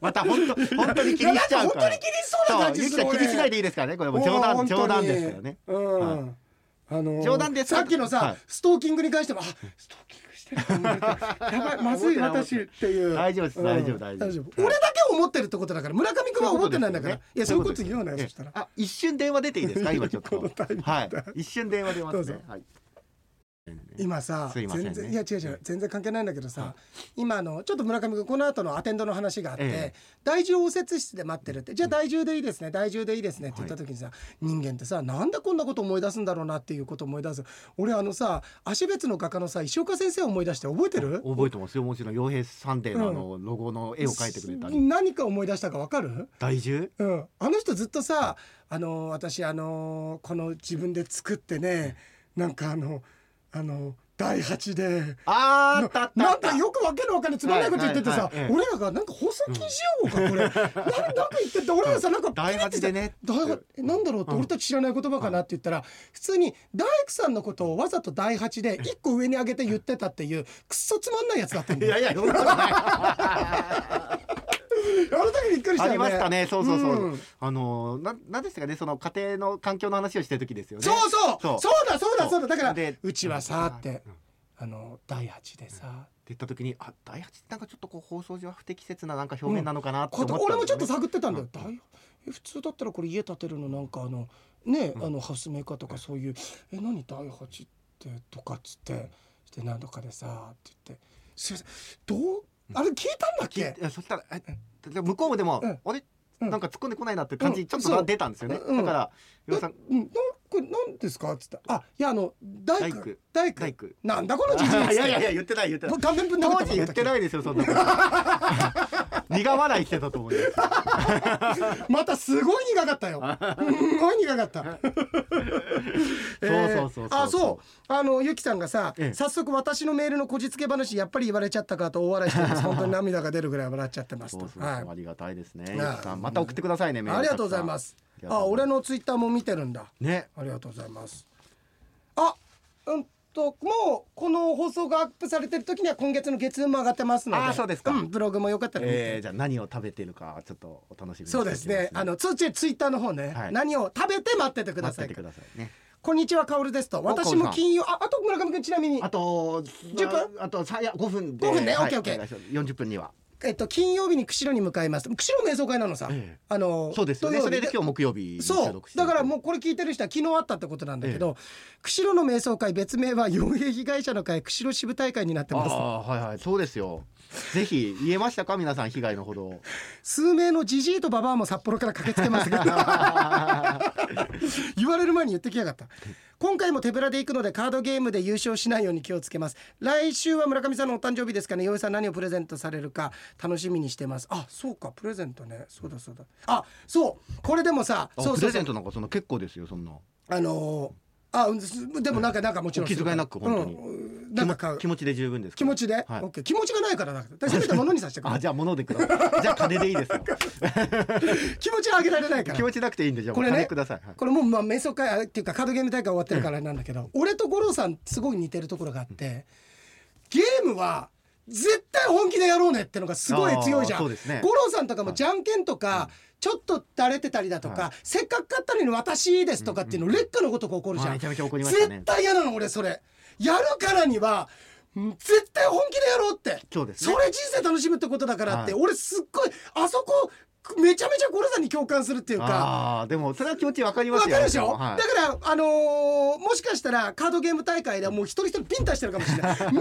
[SPEAKER 2] また本当本当に気にしちゃうから
[SPEAKER 1] いやなんか本当に気にしそうな感じする
[SPEAKER 2] そうゆきさん気にしないでいいですからねこれもう冗談冗談ですからね
[SPEAKER 1] うん、
[SPEAKER 2] はい
[SPEAKER 1] あのー
[SPEAKER 2] 冗談ですか
[SPEAKER 1] さっきのさ、
[SPEAKER 2] はい
[SPEAKER 1] ストーキングに関してもあストーキングしてると思われてるやばいまずい私っていう
[SPEAKER 2] 大丈夫です大丈夫大丈夫
[SPEAKER 1] 俺だけ思ってるってことだから村上君は思ってないんだからい,、やそういうこと言うなよそしたら
[SPEAKER 2] あ一瞬電話出ていい ですか今ちょっ
[SPEAKER 1] この
[SPEAKER 2] と
[SPEAKER 1] タイミングだ
[SPEAKER 2] はい一瞬電話出ま
[SPEAKER 1] どう
[SPEAKER 2] す
[SPEAKER 1] ぞ
[SPEAKER 2] ねはい
[SPEAKER 1] 今さ、
[SPEAKER 2] すいませんね
[SPEAKER 1] 全然いや違う違
[SPEAKER 2] は
[SPEAKER 1] う
[SPEAKER 2] い
[SPEAKER 1] 全然関係ないんだけどさ、今あのちょっと村上君この後のアテンドの話があって、
[SPEAKER 2] ええ
[SPEAKER 1] 大重応接室で待ってるってじゃあ大重でいいですね、大重でいいですねって言った時にさ、人間ってさなんでこんなこと思い出すんだろうなっていうこと思い出す俺あのさ芦別の画家のさ石岡先生を思い出して覚えてる
[SPEAKER 2] 覚えてますよもちろん洋平サンデーのあのロゴの絵を描いてくれたり
[SPEAKER 1] 何か思い出したかわかる
[SPEAKER 2] 大獣
[SPEAKER 1] うん、あの人ずっとさ、あのー私あのーこの自分で作ってねなんかあのあの第8で。
[SPEAKER 2] あーあったあ
[SPEAKER 1] なな
[SPEAKER 2] ったあっ
[SPEAKER 1] ん
[SPEAKER 2] た
[SPEAKER 1] かよくわけのわかんないつまんないこと言っててさ
[SPEAKER 2] はいはいはいええ
[SPEAKER 1] 俺らがなんか放送禁止用語かこれなんなんか言ってて俺らさなんか
[SPEAKER 2] 第八でね
[SPEAKER 1] 大学えなんだろうって俺たち知らない言葉かなって言ったら普通に大工さんのことをわざと第八で一個上に上げて言ってたっていうくっそつまんないやつだったん
[SPEAKER 2] い
[SPEAKER 1] だよ
[SPEAKER 2] やいやそんなことない
[SPEAKER 1] あの時びっくりしたよ
[SPEAKER 2] あ
[SPEAKER 1] ね
[SPEAKER 2] りましたねそうそうそう、
[SPEAKER 1] ん
[SPEAKER 2] あのななんでしたかねその家庭の環境の話をしてる時ですよね
[SPEAKER 1] そうそ
[SPEAKER 2] そうう
[SPEAKER 1] そうだそうだそうだだから
[SPEAKER 2] で
[SPEAKER 1] うちはさっ
[SPEAKER 2] うん
[SPEAKER 1] て
[SPEAKER 2] うん
[SPEAKER 1] あの第八でさ
[SPEAKER 2] って言った時にあ第八なんかちょっとこう放送上は不適切ななんか表現なのかなって
[SPEAKER 1] こ
[SPEAKER 2] 思ったんだよね、
[SPEAKER 1] 俺もちょっと探ってたんだよ、
[SPEAKER 2] うん
[SPEAKER 1] だいえ普通だったらこれ家建てるのなんかあのね、
[SPEAKER 2] うん
[SPEAKER 1] あのハウスメーカーとかそういう「え何第八って」とかっつって「して何とかでさ」って言って「すいませんどうあれ聞いたんだっ
[SPEAKER 2] 聞い
[SPEAKER 1] け
[SPEAKER 2] てそしたらえで向こうでも、
[SPEAKER 1] うん
[SPEAKER 2] あれ
[SPEAKER 1] うん
[SPEAKER 2] なんか突っ込んでこないなって感
[SPEAKER 1] うん
[SPEAKER 2] じちょっ
[SPEAKER 1] そう
[SPEAKER 2] と出たんですよね、
[SPEAKER 1] うん
[SPEAKER 2] だから
[SPEAKER 1] え
[SPEAKER 2] 岩さん
[SPEAKER 1] うんなこれ何ですか?」っつって「あいやあの大工大工
[SPEAKER 2] 大工
[SPEAKER 1] なんだこのじじい」っつって
[SPEAKER 2] いやいやいや言ってない言ってな
[SPEAKER 1] も
[SPEAKER 2] い
[SPEAKER 1] う顔面ぶん殴
[SPEAKER 2] 当
[SPEAKER 1] った
[SPEAKER 2] 時言って
[SPEAKER 1] い
[SPEAKER 2] ないですよそんなこと 苦笑いしてたと思います
[SPEAKER 1] またすごい苦かったよすごい苦か った
[SPEAKER 2] そうそうそうそう
[SPEAKER 1] あそうあのゆきさんがさ、
[SPEAKER 2] ええ
[SPEAKER 1] 早速私のメールのこじつけ話やっぱり言われちゃったかと大笑いして ます本当に涙が出るぐらい笑っちゃってます
[SPEAKER 2] そ
[SPEAKER 1] と
[SPEAKER 2] うそうそう、
[SPEAKER 1] はい
[SPEAKER 2] ありがたいですね
[SPEAKER 1] い
[SPEAKER 2] ゆうきさんまた送ってくださいねメール
[SPEAKER 1] ありがとうございます
[SPEAKER 2] たくさん
[SPEAKER 1] あ俺のツイッターも見てるんだ
[SPEAKER 2] ね
[SPEAKER 1] ありがとうございますあうんともうこの放送がアップされてる時には今月の月運も上がってますので
[SPEAKER 2] あそうですか
[SPEAKER 1] んブログもよかったら見て、
[SPEAKER 2] えー、じゃあ何を食べてるかちょっとお楽しみにしていきます
[SPEAKER 1] そうですねあの通知ツイッターの方ね、
[SPEAKER 2] はい
[SPEAKER 1] 何を食べて待っててくだ
[SPEAKER 2] 待
[SPEAKER 1] さ
[SPEAKER 2] っ
[SPEAKER 1] い
[SPEAKER 2] ててくださいね
[SPEAKER 1] こんにちはカオルですと私も金曜ああと村上君ちなみに
[SPEAKER 2] あと
[SPEAKER 1] 10分
[SPEAKER 2] ああとさいや5分で
[SPEAKER 1] 5分ね
[SPEAKER 2] はい
[SPEAKER 1] OKOK
[SPEAKER 2] お願いします40分には
[SPEAKER 1] えっと、金曜日に釧路に向かいます釧路瞑想会なのさ、
[SPEAKER 2] ええ
[SPEAKER 1] あの
[SPEAKER 2] そうですよね
[SPEAKER 1] 土曜
[SPEAKER 2] そ
[SPEAKER 1] 日
[SPEAKER 2] れで今日木曜日に収
[SPEAKER 1] そう
[SPEAKER 2] 録して
[SPEAKER 1] だ
[SPEAKER 2] る
[SPEAKER 1] からもうこれ聞いてる人は昨日あったってことなんだけど、釧路の瞑想会別名は傭兵被害者の会釧路支部大会になってます
[SPEAKER 2] ああーはいはいそうですよぜひ言えましたか皆さん被害のほど
[SPEAKER 1] 数名のじじいとババアも札幌から駆けつけますけど 言われる前に言ってきやがった今回も手ぶらで行くのでカードゲームで優勝しないように気をつけます来週は村上さんのお誕生日ですかね洋平さん何をプレゼントされるか楽しみにしてますあそうかプレゼントねそうだそうだあそうこれでもさ
[SPEAKER 2] あ
[SPEAKER 1] そう
[SPEAKER 2] プ
[SPEAKER 1] そうそ
[SPEAKER 2] レゼ
[SPEAKER 1] う
[SPEAKER 2] ントなんかそんな結構ですよそんな
[SPEAKER 1] あのー、あうんすでもなんかなんかもちろん
[SPEAKER 2] お気遣いなく本当に
[SPEAKER 1] うんなんか買う
[SPEAKER 2] 気持ちで十分です
[SPEAKER 1] 気持ちで、
[SPEAKER 2] は
[SPEAKER 1] o
[SPEAKER 2] い
[SPEAKER 1] k 気持ちがないからだからせめて物にさせてくれ
[SPEAKER 2] あじゃあ物でくださいじゃあ金でいいで すよ
[SPEAKER 1] 気持ちはあげられないから
[SPEAKER 2] 気持ちなくていいんでじゃあ
[SPEAKER 1] これね
[SPEAKER 2] 金ください、はい
[SPEAKER 1] これもうまあ瞑想会あっていうかカードゲーム大会終わってるからあれなんだけど、俺と五郎さんすごい似てるところがあって、ゲームは絶対本気でやろうねってのがすごい強いじゃ
[SPEAKER 2] あーそ
[SPEAKER 1] ん。
[SPEAKER 2] うですね
[SPEAKER 1] 五郎さんとかもじゃんけんとか、ちょっとだれてたりだとか、
[SPEAKER 2] はい
[SPEAKER 1] せっかく勝ったのに私ですとかっていうの、劣化のことが起こるじゃ
[SPEAKER 2] あ
[SPEAKER 1] ん。
[SPEAKER 2] めちゃめちゃ怒りましたね
[SPEAKER 1] 絶対嫌なの俺それ。やるからにはうん絶対本気でやろうって。
[SPEAKER 2] そうですね
[SPEAKER 1] それ人生楽しむってことだからって、
[SPEAKER 2] は
[SPEAKER 1] 俺すっごいあそこめちゃめちゃ五郎さんに共感するっていうか。
[SPEAKER 2] ああでもそれは気持ちわかりま
[SPEAKER 1] わ
[SPEAKER 2] すよ
[SPEAKER 1] かるでしょ、
[SPEAKER 2] はい
[SPEAKER 1] だからあのーもしかしたらカードゲーム大会ではもう一人一人ピンタしてるかもし れないみんなね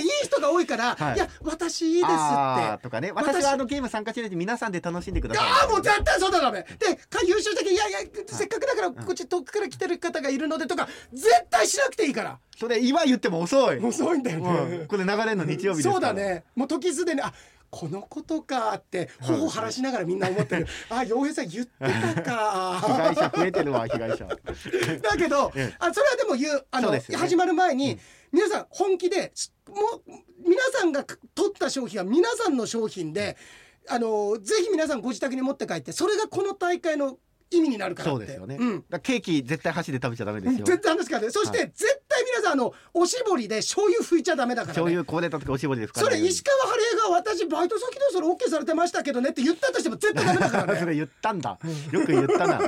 [SPEAKER 1] いい人が多いから、、
[SPEAKER 2] はいい
[SPEAKER 1] や私いいですって
[SPEAKER 2] あーとかね
[SPEAKER 1] 私
[SPEAKER 2] 私はあのゲーム参加しないで皆さんで楽しんでください
[SPEAKER 1] ああもう絶対そうだダメでか優勝した時いやいやせっかくだからこっち遠くから来てる方がいるのでとか絶対しなくていいから
[SPEAKER 2] それ今言っても遅い
[SPEAKER 1] 遅いんだよ
[SPEAKER 2] うん
[SPEAKER 1] ね、
[SPEAKER 2] これ流れるの日曜日ですから
[SPEAKER 1] そうだねもう時すでにあこのことかって頬を晴らしながらみんな思 ってるあ洋平さん言ってたか
[SPEAKER 2] 被害者増えてるわ被害 者
[SPEAKER 1] だけど、
[SPEAKER 2] ええ
[SPEAKER 1] あそれはでも言うあ
[SPEAKER 2] そ
[SPEAKER 1] の
[SPEAKER 2] うですよね
[SPEAKER 1] 始まる前に、皆さん本気でしもう皆さんが取った商品は皆さんの商品で、あのぜひ皆さんご自宅に持って帰ってそれがこの大会の意味になるから
[SPEAKER 2] そ
[SPEAKER 1] っ
[SPEAKER 2] う
[SPEAKER 1] て
[SPEAKER 2] ですよね、
[SPEAKER 1] うん
[SPEAKER 2] だからケーキ絶対箸で食べちゃダメですよ
[SPEAKER 1] 絶対話からねそして、
[SPEAKER 2] は
[SPEAKER 1] 絶対皆さんあのおしぼりで醤油拭いちゃダメだから、ね、
[SPEAKER 2] 醤油こぼれた時おしぼりですか
[SPEAKER 1] そ
[SPEAKER 2] ら
[SPEAKER 1] れ石川晴恵が私バイト先でそれ OK されてましたけどねって言ったとしても絶対ダメだ からね
[SPEAKER 2] それ言ったんだよく言っ たなあ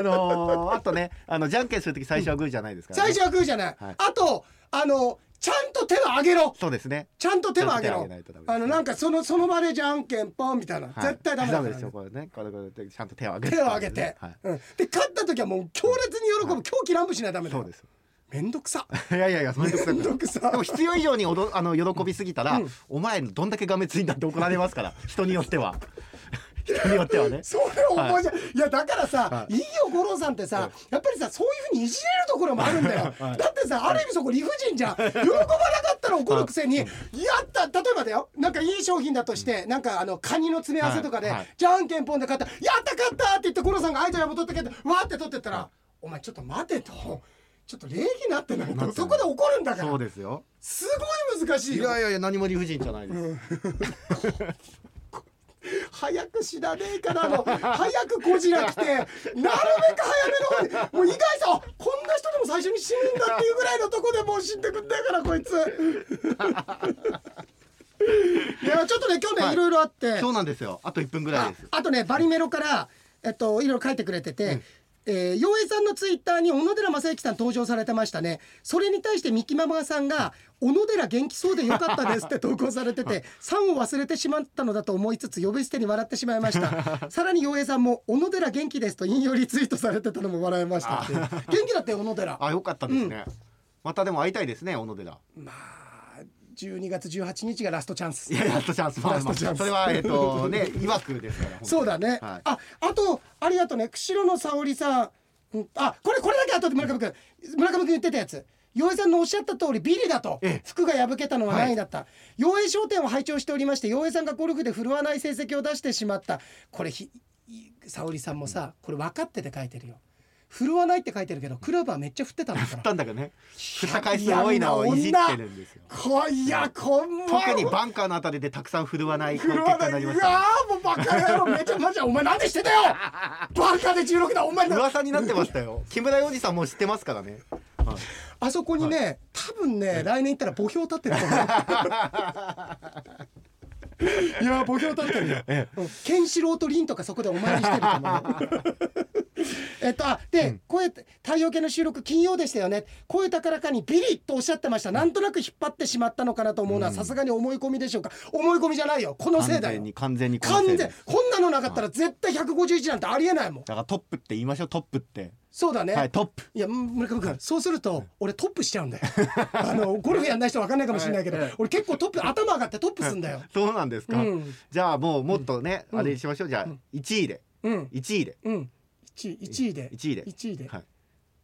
[SPEAKER 2] のーあとねあのじゃんけんする時最初はグーじゃないですから、
[SPEAKER 1] 最
[SPEAKER 2] ね
[SPEAKER 1] 初は食うじゃない、
[SPEAKER 2] はい
[SPEAKER 1] あとあのちゃんと手は上げろ
[SPEAKER 2] そうですね
[SPEAKER 1] ちゃんと手は上げ
[SPEAKER 2] ちゃ
[SPEAKER 1] ろ
[SPEAKER 2] んと手は上げないとダメですね
[SPEAKER 1] あのなんかそのその場でじゃんけんポンみたいな、
[SPEAKER 2] はい
[SPEAKER 1] 絶対ダメだからね
[SPEAKER 2] ですよこれねこれこれちゃんと手を上げて
[SPEAKER 1] 手を上げて、
[SPEAKER 2] はい、
[SPEAKER 1] うん、で勝った時はもう強烈に喜ぶ、狂気乱舞しないとダメだ
[SPEAKER 2] そ
[SPEAKER 1] よ
[SPEAKER 2] うです
[SPEAKER 1] めんどく さ
[SPEAKER 2] いやいやいやめんどく
[SPEAKER 1] め
[SPEAKER 2] さい
[SPEAKER 1] んどくさ
[SPEAKER 2] でも必要以上におど あの喜びすぎたら、お前どんだけがめついんだって怒られますから人によって は人によってはね
[SPEAKER 1] それ思いじゃ、い、やだからさ、、
[SPEAKER 2] はい
[SPEAKER 1] いよ五郎さんってさ、やっぱりさそういうふうにいじれるところもあるんだよ、だってさある意味そこ理不尽じゃん喜ばなかったら怒るくせに、やった例えばだよなんかいい商品だとして、なんかあのカニの詰め合わせとかで、
[SPEAKER 2] はいはい
[SPEAKER 1] じゃんけんぽんで買ったやった勝ったって言って五郎さんが相手が戻ってきてわーって取ってったら、お前ちょっと待てと。ちょっと礼儀なってない
[SPEAKER 2] なってな
[SPEAKER 1] と
[SPEAKER 2] い
[SPEAKER 1] そこで怒るんだか
[SPEAKER 2] そう
[SPEAKER 1] ら
[SPEAKER 2] ですよ
[SPEAKER 1] すごい難しい
[SPEAKER 2] い
[SPEAKER 1] よ
[SPEAKER 2] やいやいや何も理不尽じゃないです、
[SPEAKER 1] 早く知らねえからの早くゴジラ来てなるべく早めの方にもう意外さあこんな人でも最初に死ぬんだっていうぐらいのとこでもう死んでくんだからこいつ いやちょっとね今日
[SPEAKER 2] は
[SPEAKER 1] ね
[SPEAKER 2] い
[SPEAKER 1] いろいろあって、
[SPEAKER 2] そうなんですよあと1分ぐらい
[SPEAKER 1] あ
[SPEAKER 2] です
[SPEAKER 1] あとねバリメロから、えっと、いろいろ書いてくれてて、えー洋平さんのツイッターに小野寺正幸さん登場されてましたねそれに対してミキママさんが「小野寺元気そうでよかったです」って 投稿されてて「さん」を忘れてしまったのだと思いつつ呼び捨てに笑ってしまいました さらに洋平さんも「小野寺元気です」と引用リツイートされてたのも笑いました っていう元気だって小野寺
[SPEAKER 2] あよかったですね、またでも会いたいですね小野寺
[SPEAKER 1] まあ12月18日がラストチャンス
[SPEAKER 2] いやラストチャンスま
[SPEAKER 1] ラ
[SPEAKER 2] あまあ
[SPEAKER 1] ストチャンス
[SPEAKER 2] それはえっ、とねいわくですから本当に
[SPEAKER 1] そうだね、
[SPEAKER 2] はい
[SPEAKER 1] ああとありがとうね釧路の沙織さんうんあこれこれだけ後で村上君村上君言ってたやつ洋平さんのおっしゃった通りビリだと
[SPEAKER 2] ええ
[SPEAKER 1] 服が破けたのは何位だった洋平、商店を拝聴しておりまして洋平さんがゴルフで振るわない成績を出してしまったこれひい沙織さんもさこれ分かってて書いてるよ振るわないって書いてるけどクラブはめっちゃ振ってたんだか
[SPEAKER 2] 振っ
[SPEAKER 1] ら
[SPEAKER 2] たんだけどね振った回数多いなをいじってるんですよ
[SPEAKER 1] こいやこんばんは
[SPEAKER 2] 特にバンカーのあたりでたくさん振るわないこう
[SPEAKER 1] 振
[SPEAKER 2] いう
[SPEAKER 1] る
[SPEAKER 2] 結
[SPEAKER 1] わ
[SPEAKER 2] 果
[SPEAKER 1] な
[SPEAKER 2] にない
[SPEAKER 1] う
[SPEAKER 2] りま
[SPEAKER 1] わ
[SPEAKER 2] した
[SPEAKER 1] ー
[SPEAKER 2] ね
[SPEAKER 1] もうバカ野郎めちゃマジお前何でしてたよ バカで16だお前な
[SPEAKER 2] 噂になってましたよ木村おじさんも知ってますからね、はい
[SPEAKER 1] あそこにね、多分ね来年行ったら墓標立ってると 思ういや墓標立ってるよ、
[SPEAKER 2] え
[SPEAKER 1] うんケンシロウとリンとかそこでお参りしてると思 うえっとあで、声太陽系の収録金曜でしたよね声高らかにビリッとおっしゃってましたなんとなく引っ張ってしまったのかなと思うのはさすがに思い込みでしょうか思い込みじゃないよこのせい
[SPEAKER 2] 完
[SPEAKER 1] だよ
[SPEAKER 2] 全に完全にこのせ
[SPEAKER 1] 完
[SPEAKER 2] いで
[SPEAKER 1] 全
[SPEAKER 2] す
[SPEAKER 1] こんなのなかったら絶対151なんてありえないもん
[SPEAKER 2] だからトップって言いましょうトップって
[SPEAKER 1] そうだね、
[SPEAKER 2] はい
[SPEAKER 1] い、
[SPEAKER 2] トップ
[SPEAKER 1] やうん村上君そうすると俺トップしちゃうんだよ あのゴルフやんない人分かんないかもしれないけど
[SPEAKER 2] はいはい
[SPEAKER 1] 俺結構トップ頭上がってトップすんだよ
[SPEAKER 2] そうなんですか、
[SPEAKER 1] うん
[SPEAKER 2] じゃあもうもっとね、あれしましょうじゃあ1位で
[SPEAKER 1] うん
[SPEAKER 2] 1位で
[SPEAKER 1] うん1位1位で
[SPEAKER 2] 1位で
[SPEAKER 1] 1位で
[SPEAKER 2] は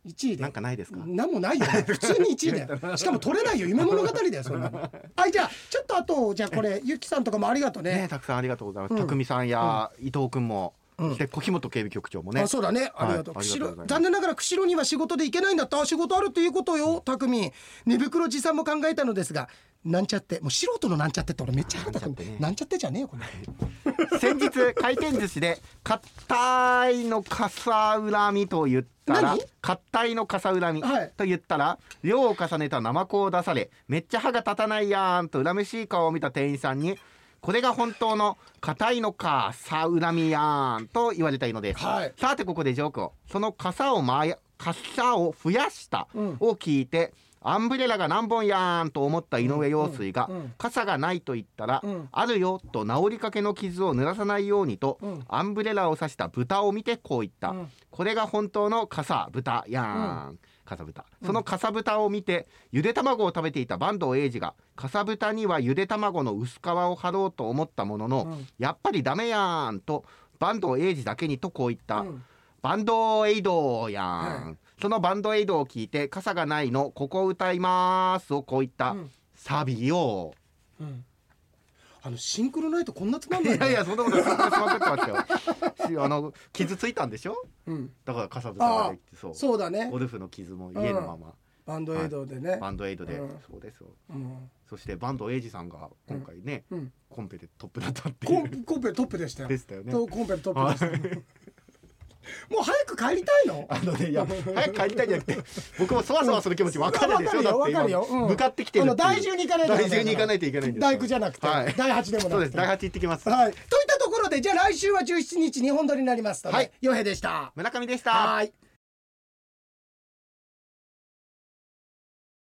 [SPEAKER 2] い
[SPEAKER 1] 1位で
[SPEAKER 2] なんかないですか
[SPEAKER 1] なんもないよ普通に1位だよ しかも取れないよ夢物語だよそんなのはいじゃあちょっとあとじゃあこれゆきさんとかもありがとう
[SPEAKER 2] ね
[SPEAKER 1] ね
[SPEAKER 2] たくさんありがとうございます、
[SPEAKER 1] うん
[SPEAKER 2] 匠さんや伊藤君も、
[SPEAKER 1] うん
[SPEAKER 2] そして小日本警備局長もね
[SPEAKER 1] あそうだねありがとう,、
[SPEAKER 2] はい
[SPEAKER 1] 釧
[SPEAKER 2] ありがとうございま
[SPEAKER 1] 路
[SPEAKER 2] す
[SPEAKER 1] 残念ながら釧路には仕事で行けないんだった仕事あるということよ匠寝袋持参も考えたのですがなんちゃってもう素人のなんちゃってって俺めっちゃ腹立つんだ
[SPEAKER 2] なんちゃってね
[SPEAKER 1] なんちゃってじゃねえよこ れ
[SPEAKER 2] 先日回転寿司で「硬いのかさ恨み」と言ったら
[SPEAKER 1] 何
[SPEAKER 2] 「硬いのかさ恨み」
[SPEAKER 1] はい
[SPEAKER 2] と言ったら量を重ねたナマコを出され「めっちゃ歯が立たないやん」と恨めしい顔を見た店員さんに「これが本当の硬いのかさ恨みやん」と言われたいのです、
[SPEAKER 1] はい
[SPEAKER 2] さてここでジョークをその傘をまや傘を増やした
[SPEAKER 1] うん
[SPEAKER 2] を聞いて、アンブレラが何本やんと思った井上陽水が、
[SPEAKER 1] うんうん
[SPEAKER 2] 傘がないと言ったら、
[SPEAKER 1] うん
[SPEAKER 2] あるよと治りかけの傷を濡らさないようにと、
[SPEAKER 1] うん
[SPEAKER 2] アンブレラを刺した豚を見てこう言った、
[SPEAKER 1] うん
[SPEAKER 2] これが本当の傘豚やーん、傘豚その傘豚を見てゆで卵を食べていた坂東英二が傘豚にはゆで卵の薄皮を貼ろうと思ったものの、
[SPEAKER 1] うん
[SPEAKER 2] やっぱりダメやーんと坂東英二だけにとこう言った、
[SPEAKER 1] うん
[SPEAKER 2] バンドエイドやん、
[SPEAKER 1] は
[SPEAKER 2] そのバンドエイドを聞いて傘がないのここ歌いますをこう言った、
[SPEAKER 1] うん
[SPEAKER 2] サビを
[SPEAKER 1] うんあのシンクロナイトこんなつまんない
[SPEAKER 2] い
[SPEAKER 1] んだ
[SPEAKER 2] や
[SPEAKER 1] よ
[SPEAKER 2] いやそんなことしまくってますよしあの傷ついたんでしょ
[SPEAKER 1] うん
[SPEAKER 2] だから傘ぶたが入ってそう
[SPEAKER 1] そうだね
[SPEAKER 2] ゴルフの傷も家のまま、
[SPEAKER 1] バンドエイドでね
[SPEAKER 2] バンドエイドで、
[SPEAKER 1] うん
[SPEAKER 2] そうですよ
[SPEAKER 1] うん
[SPEAKER 2] そしてバンドエイジさんが今回ね、
[SPEAKER 1] うん
[SPEAKER 2] コンペでトップだったってい
[SPEAKER 1] コ
[SPEAKER 2] う
[SPEAKER 1] ンコンペトップでしたよ
[SPEAKER 2] でしたよね
[SPEAKER 1] とコンペトップでした
[SPEAKER 2] はい
[SPEAKER 1] もう早く帰りたいの
[SPEAKER 2] あのねいや早く帰りたいんじゃなく て僕もそわそわする気持ち分かるでしょ、
[SPEAKER 1] うん
[SPEAKER 2] だって今
[SPEAKER 1] わかるよわかるようん
[SPEAKER 2] 向かってきてる
[SPEAKER 1] あの第十に行かないとダメ
[SPEAKER 2] 第
[SPEAKER 1] だ
[SPEAKER 2] 十に行かないといけないんですよ
[SPEAKER 1] 第九じゃなくて
[SPEAKER 2] はい
[SPEAKER 1] 第八でもなくて
[SPEAKER 2] そうです第八行ってきます、
[SPEAKER 1] はい、といったところでじゃあ来週は17日日本撮りになりますの
[SPEAKER 2] は
[SPEAKER 1] で
[SPEAKER 2] い
[SPEAKER 1] 洋平、でした。
[SPEAKER 2] 村上でした
[SPEAKER 1] はい